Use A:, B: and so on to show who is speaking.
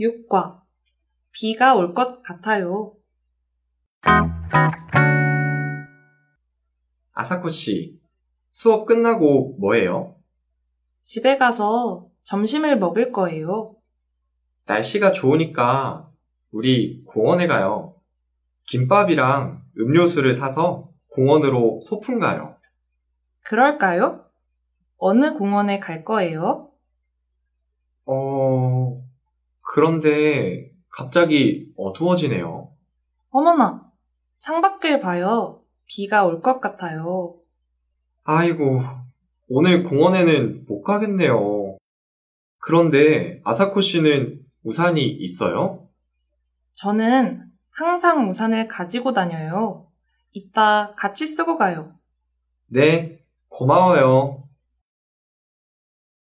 A: 6과 비가 올 것 같아요.
B: 아사코 씨, 수업 끝나고 뭐해요?
A: 집에 가서 점심을 먹을 거예요.
B: 날씨가 좋으니까 우리 공원에 가요. 김밥이랑 음료수를 사서 공원으로 소풍 가요.
A: 그럴까요? 어느 공원에 갈 거예요?
B: 어, 그런데 갑자기 어두워지네요.
A: 어머나, 창밖을 봐요. 비가 올 것 같아요.
B: 아이고, 오늘 공원에는 못 가겠네요. 그런데 아사코 씨는 우산이 있어요?
A: 저는 항상 우산을 가지고 다녀요. 이따 같이 쓰고 가요.
B: 네, 고마워요.